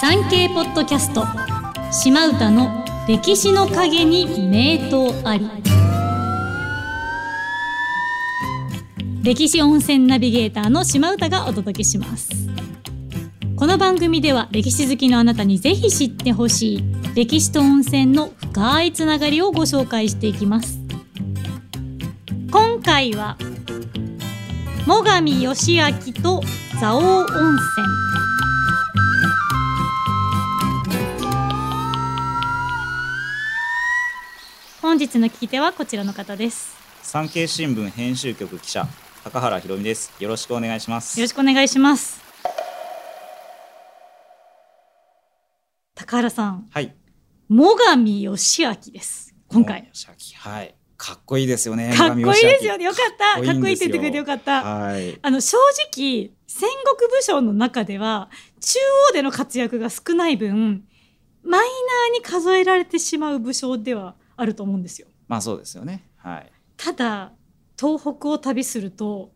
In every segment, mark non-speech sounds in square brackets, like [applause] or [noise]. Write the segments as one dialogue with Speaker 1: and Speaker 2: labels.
Speaker 1: 産経ポッドキャスト島唄の歴史の陰に名刀あり歴史温泉ナビゲーターの島唄がお届けしますこの番組では歴史好きのあなたにぜひ知ってほしい歴史と温泉の深いつながりをご紹介していきます今回は最上義明と蔵王温泉本日の聞き手はこちらの方です
Speaker 2: 産経新聞編集局記者高原ひろみですよろしくお願いします
Speaker 1: よろしくお願いします高原さん
Speaker 2: はい
Speaker 1: 最上義明です今
Speaker 2: もう
Speaker 1: 回
Speaker 2: 吉明はいかっこいいですよね
Speaker 1: かっこいいですよね
Speaker 2: ね
Speaker 1: よかったかっ
Speaker 2: かっ
Speaker 1: こ
Speaker 2: こ
Speaker 1: いい
Speaker 2: いい
Speaker 1: っ
Speaker 2: ん
Speaker 1: て
Speaker 2: で
Speaker 1: 言って
Speaker 2: すよ
Speaker 1: くれてよかった
Speaker 2: はい
Speaker 1: あの正直戦国武将の中では中央での活躍が少ない分マイナーに数えられてしまう武将ではあると思うんですよ。
Speaker 2: まあそうですよねはい
Speaker 1: ただ東北を旅すると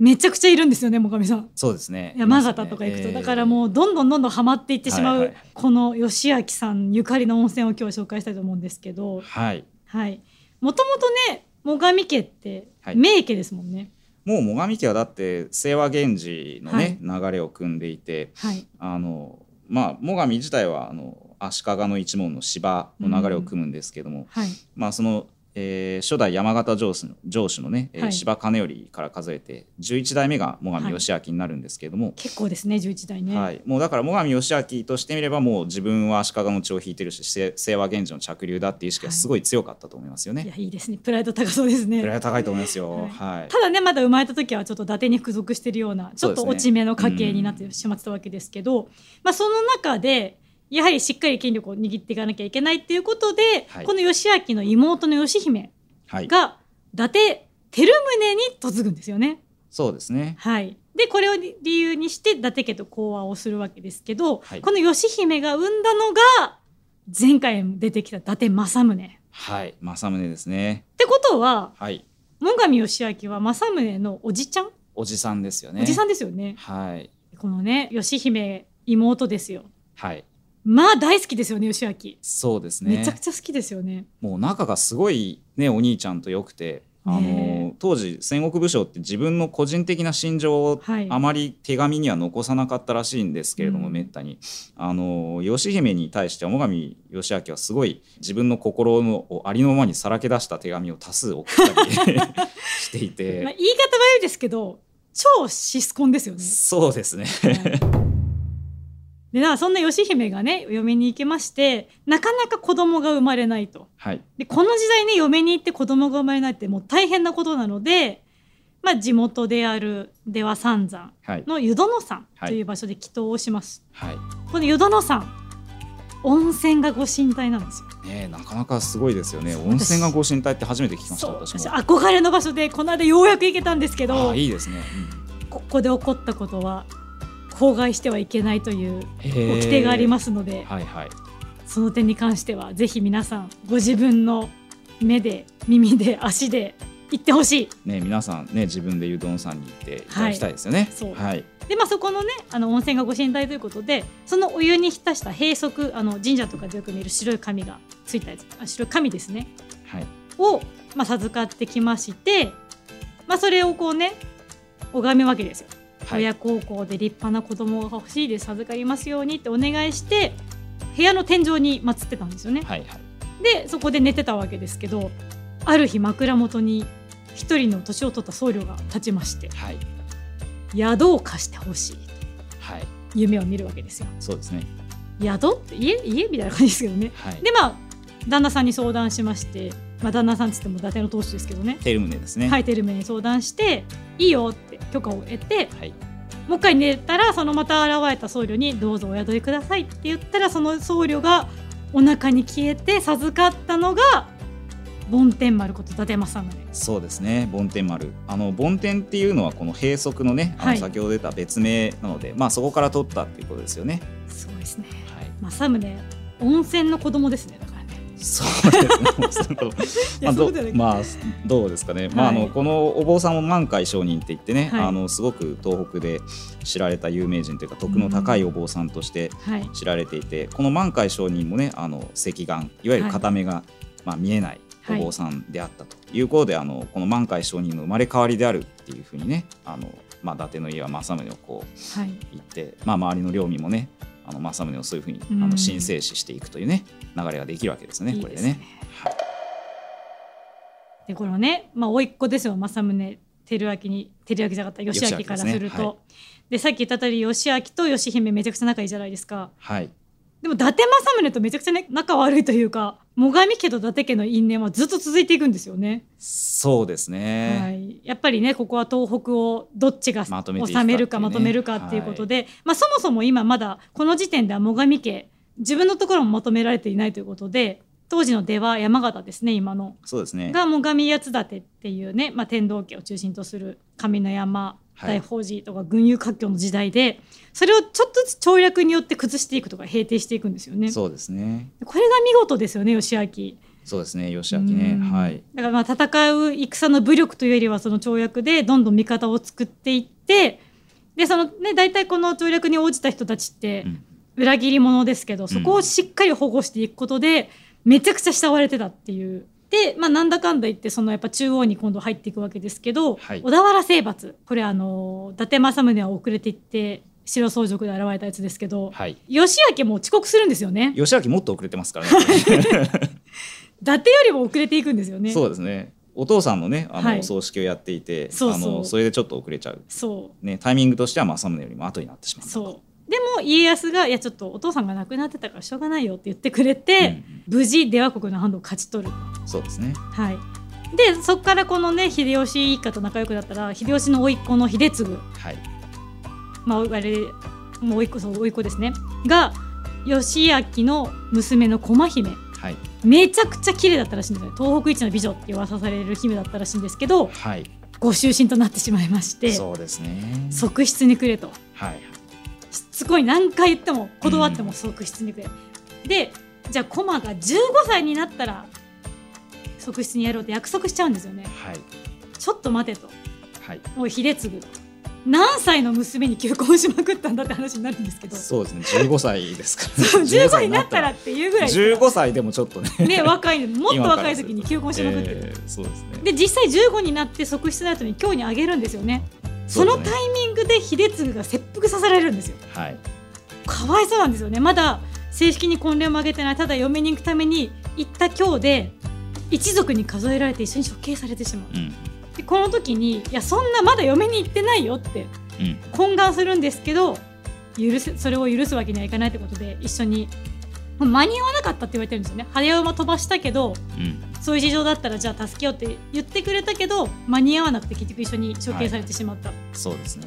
Speaker 1: めちゃくちゃいるんですよね最上さん。
Speaker 2: そうですね
Speaker 1: 山形とか行くと、だからもうどんどんどんどんハマっていってしまう、
Speaker 2: はいはい
Speaker 1: この義明さんゆかりの温泉を今日紹介したいと思うんですけど
Speaker 2: う、はい
Speaker 1: はい、もともとね最上家って
Speaker 2: はい
Speaker 1: 名家ですもんね。
Speaker 2: もう最上家はだって清和源氏のね、流れを組んでいて
Speaker 1: はい、
Speaker 2: あのまあ最上自体はあの足利の一門の芝の流れを組むんですけども、
Speaker 1: はい、
Speaker 2: まあその、えー初代山形城主の城主のね、えー
Speaker 1: はい
Speaker 2: 柴兼頼から数えて11代目が最上義明になるんですけれども、
Speaker 1: 結構ですね11代
Speaker 2: はい
Speaker 1: ね。
Speaker 2: もうだから最上義明としてみればもう自分は足利の血を引いてるしせ清和源氏の着流だっていう意識がすごい強かったと思いますよ
Speaker 1: い
Speaker 2: ね。
Speaker 1: やいいですねプライド高そうですね
Speaker 2: 位は高いと思いますよ。
Speaker 1: はい
Speaker 2: はい
Speaker 1: ただねまだ生まれた時はちょっと伊達に付属してるようなちょっと
Speaker 2: そうですね
Speaker 1: 落ち目の家系になってしまってたわけですけど、まあ、その中でやはりしっかり権力を握っていかなきゃいけないっていうことで、
Speaker 2: はい
Speaker 1: この義明の妹の義姫
Speaker 2: はい、
Speaker 1: が伊達照宗に嫁ぐんですよね。
Speaker 2: そうですね。
Speaker 1: はい、でこれを理理由にして伊達家と講和をするわけですけど、
Speaker 2: はい
Speaker 1: この義姫が生んだのが前回も出てきた伊達政宗。っ
Speaker 2: はい、政宗ですね。
Speaker 1: てことは
Speaker 2: はい、
Speaker 1: 最上義明は政宗のおじちゃん、
Speaker 2: おじさんですよね。
Speaker 1: おじさんですよね
Speaker 2: はい、
Speaker 1: このね義姫妹ですよ
Speaker 2: はい、
Speaker 1: まあ大好きですよね義明、
Speaker 2: そうですね。
Speaker 1: めちゃくちゃ好きですよね
Speaker 2: もう仲がすごいねお兄ちゃんと良くて、あ
Speaker 1: ね
Speaker 2: の当時戦国武将って自分の個人的な心情を
Speaker 1: はい
Speaker 2: あまり手紙には残さなかったらしいんですけれども、
Speaker 1: うん
Speaker 2: めったにあの義姫に対して最上義明はすごい自分の心のをありのままにさらけ出した手紙を多数送ったり [laughs] してい
Speaker 1: まあ、
Speaker 2: て
Speaker 1: 言い方悪いですけど超シスコンですよね、
Speaker 2: そうですね
Speaker 1: はいでだからそんな義姫がね嫁に行けましてなかなか子供が生まれないと
Speaker 2: はい
Speaker 1: でこの時代ね嫁に行って子供が生まれないってもう大変なことなので、まあ、地元である出羽三山
Speaker 2: はい
Speaker 1: の湯殿山という場所で祈祷をします、
Speaker 2: はい
Speaker 1: この湯殿山温泉がご神体なんですよ。
Speaker 2: ねえなかなかすごいですよね
Speaker 1: そう
Speaker 2: 温泉がご神体って初めて聞きました
Speaker 1: そう
Speaker 2: 私
Speaker 1: 私
Speaker 2: も
Speaker 1: 憧れの場所でこの間ようやく行けたんですけ
Speaker 2: あ
Speaker 1: ど
Speaker 2: あいいですね、
Speaker 1: ここで起こったことは口外してはいけないという
Speaker 2: うん、
Speaker 1: 規定がありますすので、
Speaker 2: はいはい
Speaker 1: その点に関してはぜひ皆さんご自分の目で耳で足で行ってほしい。
Speaker 2: ね、皆さんね自分で湯丼さんに行っていただきたいですよ
Speaker 1: い
Speaker 2: ね。
Speaker 1: そう
Speaker 2: はい、
Speaker 1: でまあそこのねあの温泉がご神体ということでそのお湯に浸した閉塞あの神社とかでよく見る白い紙がついたやつあ白い紙ですね
Speaker 2: はい、
Speaker 1: を、まあ、授かってきまして、まあ、それをこうね拝むわけですよ、
Speaker 2: はい、
Speaker 1: 親孝行で立派な子供が欲しいです授かりますようにってお願いして部屋の天井に祀ってたんですよね、
Speaker 2: はい、はい、
Speaker 1: でそこで寝てたわけですけどある日枕元に一人の年を取った僧侶が立ちまして
Speaker 2: はい、
Speaker 1: 宿を貸してほしい
Speaker 2: はい、
Speaker 1: と夢を見るわけですよ
Speaker 2: そうですね。
Speaker 1: 宿って家家みたいな感じですけどね
Speaker 2: はい、
Speaker 1: でまあ旦那さんに相談しまして、まあ、旦那さんっつっても伊達の当主ですけどね
Speaker 2: テルムネですね。
Speaker 1: 書
Speaker 2: い、
Speaker 1: いてる目に相談していいよって許可を得て
Speaker 2: はい、
Speaker 1: もう一回寝たらそのまた現れた僧侶に「どうぞお宿りください」って言ったらその僧侶がお腹に消えて授かったのが梵天丸こと伊達政宗
Speaker 2: そうですね。梵天丸、あの梵天っていうのはこの閉塞のね、あ
Speaker 1: は
Speaker 2: の
Speaker 1: い
Speaker 2: 先ほど出た別名なので、まあそこから取ったっていうことですよね。
Speaker 1: すごいですね
Speaker 2: はい、
Speaker 1: 政宗温泉の子供ですねだからね
Speaker 2: そうですねもうそういうこ
Speaker 3: い
Speaker 2: とま
Speaker 3: や
Speaker 2: あ、
Speaker 3: そ
Speaker 2: ど
Speaker 3: うだよね
Speaker 2: まあどうですかね、まあ、あ
Speaker 3: は
Speaker 2: の
Speaker 3: い
Speaker 2: このお坊さんも満開上人って言ってね、
Speaker 3: はい
Speaker 2: あのすごく東北で知られた有名人というか徳の高いお坊さんとして
Speaker 3: はい。
Speaker 2: 知られていて、この満開上人もねあの石眼いわゆる片目が、まあ、見えないお坊さんであったということで、あのこの満開上人の生まれ変わりであるっていうふうにねあの、まあ、伊達の家は政宗をこう
Speaker 3: はい。
Speaker 2: 言って、まあ、周りの領民もねあの政宗をそういうふうにあ
Speaker 3: う
Speaker 2: の
Speaker 3: ん
Speaker 2: 神聖視していくというね流れができるわけですね
Speaker 3: いい
Speaker 2: これ
Speaker 3: で
Speaker 2: です
Speaker 3: ね
Speaker 2: ね。。
Speaker 1: でこのね、まあ、甥っ子ですよ政宗照明に照明じゃなかった義
Speaker 2: 義
Speaker 1: 明
Speaker 2: 明
Speaker 1: から
Speaker 2: ですね
Speaker 1: するとで,、
Speaker 2: はい
Speaker 1: さっき言った通り義明と義姫めちゃくちゃ仲いいじゃないですか
Speaker 2: はい
Speaker 1: でも伊達政宗とめちゃくちゃ、ね、仲悪いというか最上家と伊達家の因縁はずっと続いていくんですよね、
Speaker 2: そうですね、
Speaker 1: はい、やっぱりねここは東北をどっちが
Speaker 2: まとめていくか
Speaker 1: 収めるか
Speaker 2: っていう
Speaker 1: ま
Speaker 2: ね
Speaker 1: とめるかっていうことで、まあ、そもそも今まだこの時点では最上家自分のところもまとめられていないということで当時の出は山形ですね今の。
Speaker 2: そうですね。
Speaker 1: が最上八立っていうね、まあ、天道家を中心とする上の山、
Speaker 2: はい
Speaker 1: 大宝寺とか群雄割拠の時代でそれをちょっとずつ跳躍によって崩していくとか平定していくんですよね。
Speaker 2: そうですね。
Speaker 1: これが見事ですよね義明。
Speaker 2: そうですね。吉明ね
Speaker 1: う。ん
Speaker 2: はい。
Speaker 1: だからまあ戦う戦の武力というよりはその跳躍でどんどん味方を作っていってでそのね大体この跳躍に応じた人たちって
Speaker 2: うん
Speaker 1: 裏切り者ですけど、そこをしっかり保護していくことでめちゃくちゃ慕われてたっていう。で、まあ、なんだかんだ言ってそのやっぱ中央に今度入っていくわけですけど、
Speaker 2: はい
Speaker 1: 小田原征伐これあの伊達政宗は遅れていって白装束で現れたやつですけど、
Speaker 2: はい。
Speaker 1: 義明も遅刻するんですよね伊
Speaker 2: 吉明もっと遅れてますからね。
Speaker 1: 達よりも遅れていくんですよね。
Speaker 2: そうですね。お父さんのね、あの、
Speaker 1: はい
Speaker 2: お葬式をやっていて、
Speaker 1: そうそう
Speaker 2: あのそれでちょっと遅れちゃう。
Speaker 1: そう
Speaker 2: ね、タイミングとしては政宗よりも後になってしまったと。
Speaker 1: そうでも家康が「いやちょっとお父さんが亡くなってたからしょうがないよ」って言ってくれ
Speaker 2: うんう
Speaker 1: て、
Speaker 2: ん
Speaker 1: 無事出羽国の反動を勝ち取る。
Speaker 2: そうですね。
Speaker 1: はいでそこからこのね秀吉一家と仲良くなったら秀吉の甥っ子の秀次
Speaker 2: はい。
Speaker 1: まああれもう甥っ子そう甥っ子ですねが義明の娘の駒姫
Speaker 2: はい。
Speaker 1: めちゃくちゃ綺麗だったらしいんですよ東北一の美女って噂される姫だったらしいんですけど
Speaker 2: はい。
Speaker 1: ご就寝となってしまいまして
Speaker 2: そうですね。
Speaker 1: 側室にくれと
Speaker 2: はい。
Speaker 1: しつこい何回言っても断っても側室にくれ、でじゃあコマが15歳になったら側室にやろうって約束しちゃうんですよね
Speaker 2: はい。
Speaker 1: ちょっと待てと
Speaker 2: はい。
Speaker 1: おい秀次と何歳の娘に求婚しまくったんだって話になるんですけど
Speaker 2: そうですね。十五歳ですから、ね。
Speaker 1: 15歳になったらっていうぐらい
Speaker 2: 十五歳でもちょっとね。
Speaker 1: ね若いもっと
Speaker 2: 今から
Speaker 1: 若い時 [laughs] に求婚しまくってる、
Speaker 2: えーそうですね。
Speaker 1: で実際15になって側室の後に今日にあげるんですよねその
Speaker 2: そうです
Speaker 1: タ
Speaker 2: ね
Speaker 1: イミングで秀次が切腹させられるんですよ
Speaker 2: はい。
Speaker 1: かわいそうなんですよねまだ正式に婚礼も挙げてないただ嫁に行くために行った今日で一族に数えられて一緒に処刑されてしま
Speaker 2: うん。
Speaker 1: うでこの時にいやそんなまだ嫁に行ってないよって
Speaker 2: うん。
Speaker 1: 懇願するんですけど許せそれを許すわけにはいかないってことで一緒にまあ間に合わなかったって言われてるんですよね早馬飛ばしたけど
Speaker 2: うん。
Speaker 1: そういう事情だったらじゃあ助けようって言ってくれたけど間に合わなくて結局一緒に処刑されてしまった、
Speaker 2: そうですね。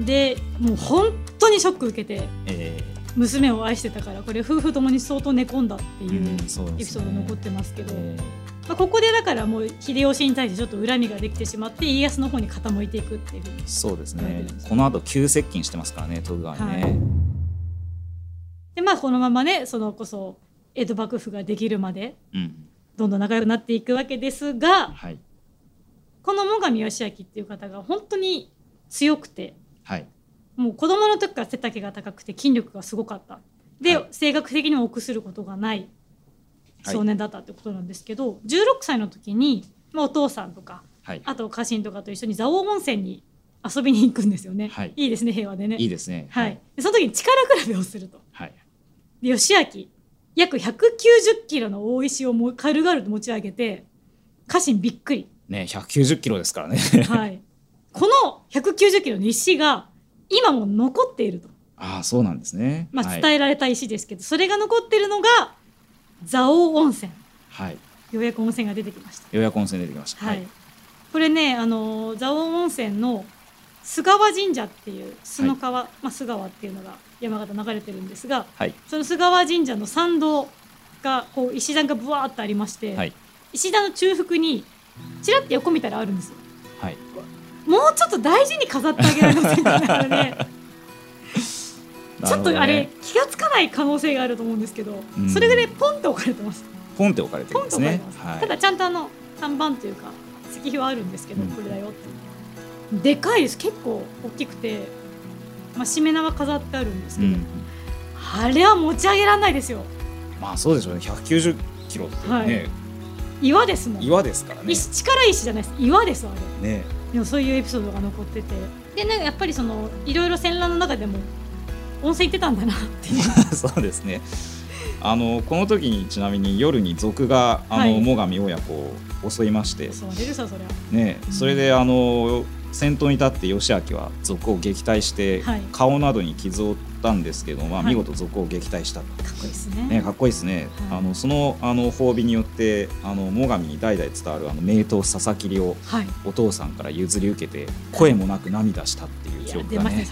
Speaker 1: でもう本当にショック受けて
Speaker 2: えー
Speaker 1: 娘を愛してたからこれ夫婦ともに相当寝込んだっていう
Speaker 2: うんそう
Speaker 1: エ
Speaker 2: で
Speaker 1: ピ
Speaker 2: す
Speaker 1: ソ
Speaker 2: ね
Speaker 1: ード残ってますけど、
Speaker 2: え
Speaker 1: まあ、ここでだからもう秀吉に対してちょっと恨みができてしまって家康の方に傾いていくっていうふうに
Speaker 2: ーそうです
Speaker 1: なってる
Speaker 2: ね
Speaker 1: んです。
Speaker 2: この後急接近してますからね、徳川にね。
Speaker 1: はいでまあこのままねそのこそ江戸幕府ができるまで
Speaker 2: うん、
Speaker 1: どんどん仲良くなっていくわけですが
Speaker 2: はい、
Speaker 1: この最上義明っていう方が本当に強くて
Speaker 2: はい、
Speaker 1: もう子供の時から背丈が高くて筋力がすごかったで、
Speaker 2: はい
Speaker 1: 性格的にも臆することがない
Speaker 2: はい
Speaker 1: 少年だったってことなんですけど、16歳の時に、まあ、お父さんとか
Speaker 2: はい、
Speaker 1: あと家臣とかと一緒に蔵王温泉に遊びに行くんですよね、
Speaker 2: はい
Speaker 1: いですね平和でね
Speaker 2: いいですね。
Speaker 1: はい、でその時に力比べをすると
Speaker 2: はい、
Speaker 1: で義明約190キロの大石をもう軽々と持ち上げて家臣びっく
Speaker 2: [laughs]
Speaker 1: り、
Speaker 2: ね、百九十キロですからね。 [laughs]
Speaker 1: はい、この190キロの石が今も残っていると、
Speaker 2: ああ、そうなんですね。
Speaker 1: まあ、
Speaker 2: はい
Speaker 1: 伝えられた石ですけど、それが残っているのが蔵王温泉
Speaker 2: はい、
Speaker 1: ようやく温泉が出てきました
Speaker 2: ようやく温泉出てきました。
Speaker 1: はい、これね、あのー蔵王温泉の須川神社っていう須の川、まあ、須川っていうのが山形流れてるんですが
Speaker 2: はい、
Speaker 1: その須川神社の参道がこう石段がぶわーっとありまして、
Speaker 2: はい
Speaker 1: 石段の中腹にちらっと横見たらあるんですよ
Speaker 2: はい、
Speaker 1: もうちょっと大事に飾ってあげられませんかねあれ
Speaker 2: [laughs]
Speaker 1: ねちょっとあ
Speaker 2: なる
Speaker 1: れ気がつかない可能性があると思うんですけど、
Speaker 2: うん
Speaker 1: それぐらいポンと置かれてます
Speaker 2: ポンって置かれてるんですね。
Speaker 1: はい、ただちゃんとあの看板というか石碑はあるんですけど、これだよって。でかいです。結構大きくて、まあしめ縄飾ってあるんですけど、あれは持ち上げられないですよ。
Speaker 2: まあそうでしょうね。190キロってね、はい、
Speaker 1: 岩ですもん。
Speaker 2: 岩ですからね。
Speaker 1: 石力石じゃないです。岩ですあ
Speaker 2: れ。ね。 [laughs]
Speaker 1: でもそういうエピソードが残ってて、でなんかやっぱりそのいろいろ戦乱の中でも温泉行ってたんだなっていう。
Speaker 2: そうですね。あのこの時にちなみに夜に賊があの、はい、最上親子を襲いまして
Speaker 1: 襲われるさそりゃ、、
Speaker 2: ね、うん、それであの先頭に立って義明は賊を撃退して、はい、顔などに傷を負ったんですけど、まあ、見事賊を撃退した、はい
Speaker 1: かっこいいですね
Speaker 2: ねかっこいいですね、あのそのあの褒美によってあの最上に代々伝わるあの名刀佐々木を、お父さんから譲り受けて声もなく涙したっていう記憶がねね、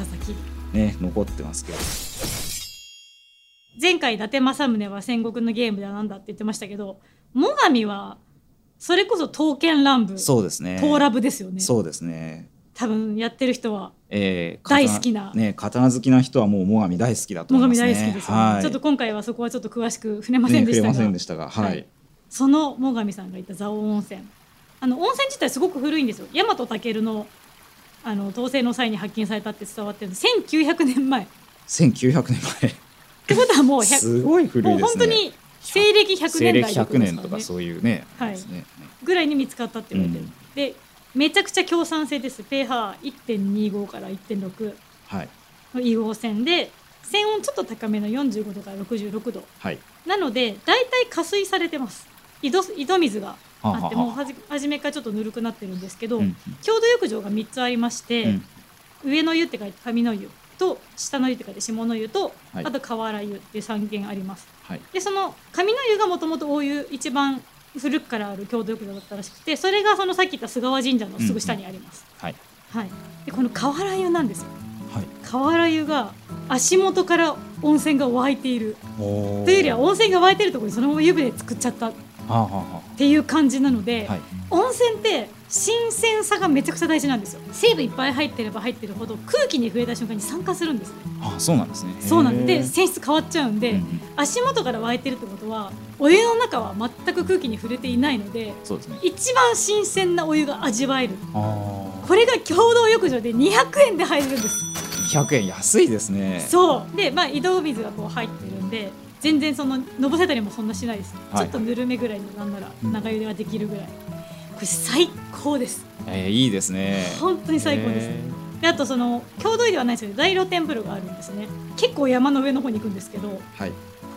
Speaker 2: ね、残ってますけど。
Speaker 1: 前回伊達政宗は戦国のゲームだなんだって言ってましたけど最上はそれこそ刀剣乱舞
Speaker 2: そうですね
Speaker 1: 刀ラブですよね
Speaker 2: そうですね
Speaker 1: 多分やってる人は
Speaker 2: 大
Speaker 1: 好きな、
Speaker 2: えー、ね刀好きな人はもう最上大好きだと思います、
Speaker 1: 最上
Speaker 2: ね、
Speaker 1: 大好きです、ね、はい、ちょっと今回はそこはちょっと詳しく触れませんでしたが、
Speaker 2: ね、触れませんでしたが、はい、はい、
Speaker 1: その最上さんがいた蔵王温泉あの温泉自体すごく古いんですよ大和尊のあの統制の際に発見されたって伝わってる1900年前
Speaker 2: 1900年前
Speaker 1: ってことはもう
Speaker 2: すごい古い、ね、
Speaker 1: もう本当に西暦100年代、
Speaker 2: ね、100年とかそういうね、
Speaker 1: はい、ね、ぐらいに見つかったって言われてる、うん、でめちゃくちゃ強酸性です pH1.25 から1.6の硫黄泉で泉温ちょっと高めの45度から66度、
Speaker 2: はい、
Speaker 1: なので大体加水されてます井戸井戸水があってもうはじ初めからちょっとぬるくなってるんですけど、うん、郷土浴場が3つありまして、うん、上の湯って書いて上の湯と下の湯とかで下の湯と、はい、あと河原湯っていう3軒あります、
Speaker 2: はい、
Speaker 1: でその上の湯がもともと大湯一番古くからある郷土浴場だったらしくてそれがそのさっき言った菅川神社のすぐ下にあります、
Speaker 2: うんうん、
Speaker 1: はい、はい、でこの河原湯なんですよ、
Speaker 2: はい、
Speaker 1: 河原湯が足元から温泉が湧いているというよりは温泉が湧いてるところにそのまま湯船作っちゃったっていう感じなので、はい、温泉って新鮮さがめちゃくちゃ大事なんですよ成分いっぱい入ってれば入ってるほど空気に触れた瞬間に酸化するんですね
Speaker 2: あそうなんですね
Speaker 1: そうなんで泉質変わっちゃうんで、うん、足元から湧いてるってことはお湯の中は全く空気に触れていないので
Speaker 2: そうです、ね、
Speaker 1: 一番新鮮なお湯が味わえるこれが共同浴場で200円で入れるんです
Speaker 2: 200円安いですね
Speaker 1: そうでまあ井戸水がこう入ってるんで全然そののぼせたりもそんなしないです、はい、ちょっとぬるめぐらいのなんなら長湯ではできるぐらい、これ最高です、
Speaker 2: えー、いいですね
Speaker 1: 本当に最高です、ね、えー、であとその郷土ではないですけど大露天風呂があるんですね結構山の上の方に行くんですけど、
Speaker 2: はい、こ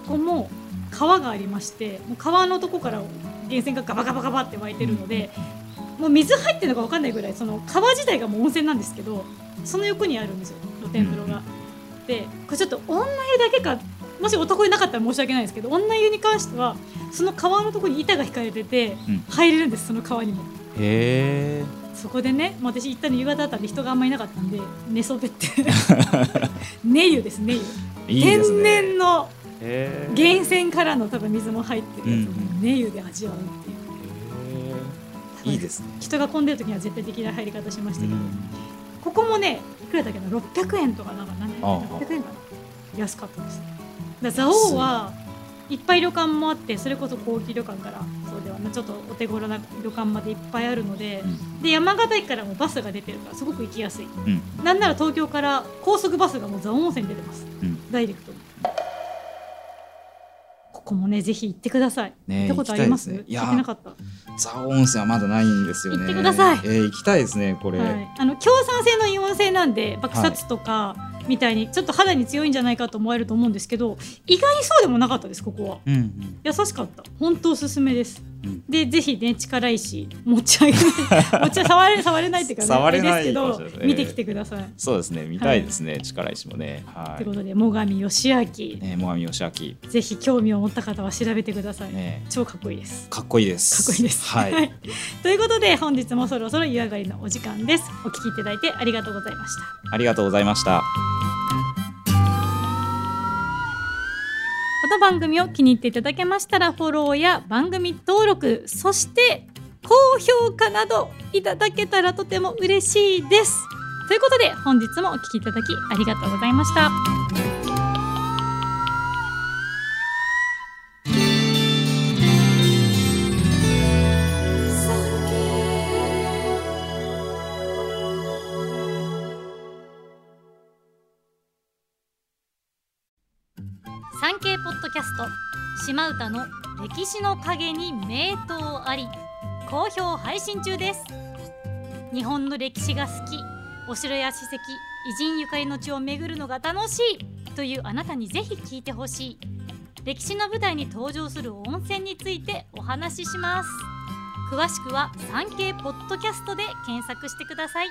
Speaker 1: こも川がありましてもう川のとこから源泉がガバガバガバって湧いてるので、もう水入ってるのか分かんないぐらいその川自体がもう温泉なんですけどその横にあるんですよ露天風呂が。うん、でこれちょっと女湯だけかもし男湯なかったら申し訳ないですけど女湯に関してはその川のところに板が引かれてて、うん、入れるんですその川にも。
Speaker 2: へ。
Speaker 1: そこでね私行ったの夕方だったんで人があんまりいなかったんで寝そべって [laughs] 寝湯です寝湯、ね、天然の源泉からの多分水も入ってるやつを寝湯で味わうっていう
Speaker 2: うん、いいですね
Speaker 1: 人が混んでる時には絶対的な入り方しましたけど、うん、ここもねいくらだけど600円とかなんか何600円かな安かったですね。だ蔵王はいっぱい旅館もあってそれこそ高級旅館からそうではなちょっとお手頃な旅館までいっぱいあるので,うん、で山形駅からもバスが出てるからすごく行きやすい、
Speaker 2: うん、
Speaker 1: なんなら東京から高速バスがもう蔵王温泉出てます、
Speaker 2: うん、
Speaker 1: ダイレクトに。ここもねぜひ行ってください。行ったことあります？行ってなかった。
Speaker 2: ザ温泉はまだないんですよ
Speaker 1: ね。行ってください。
Speaker 2: えー、行きたいですねこれ。
Speaker 1: あの強酸性のイオン性なんで爆殺とかみたいにちょっと肌に強いんじゃないかと思えると思うんですけど、意外にそうでもなかったですここは。優しかった。本当おすすめです。でぜひね力石持ち
Speaker 2: [laughs]
Speaker 1: 上げ持ち触れ触れないっていうか、
Speaker 2: 触れない
Speaker 1: ですけど見てきてください。
Speaker 2: そうですね見たいですね、力石もね。
Speaker 1: ということで最上義明。
Speaker 2: ね最上義
Speaker 1: 明。ぜひ興味を持った方は調べてください。
Speaker 2: ね、
Speaker 1: 超かっこいいです。
Speaker 2: かっこいいです。
Speaker 1: かっこいいです。
Speaker 2: はい。
Speaker 1: ということで本日もそろそろ湯上がりのお時間です。お聞きいただいてありがとうございました。
Speaker 2: ありがとうございました。
Speaker 1: この番組を気に入っていただけましたらフォローや番組登録そして高評価などいただけたらとても嬉しいです。ということで本日もお聞きいただきありがとうございました。thank you 産経ポッドキャスト島唄の歴史の陰に名刀あり好評配信中です日本の歴史が好きお城や史跡偉人ゆかりの地を巡るのが楽しいというあなたにぜひ聞いてほしい歴史の舞台に登場する温泉についてお話しします詳しくは産経ポッドキャストで検索してください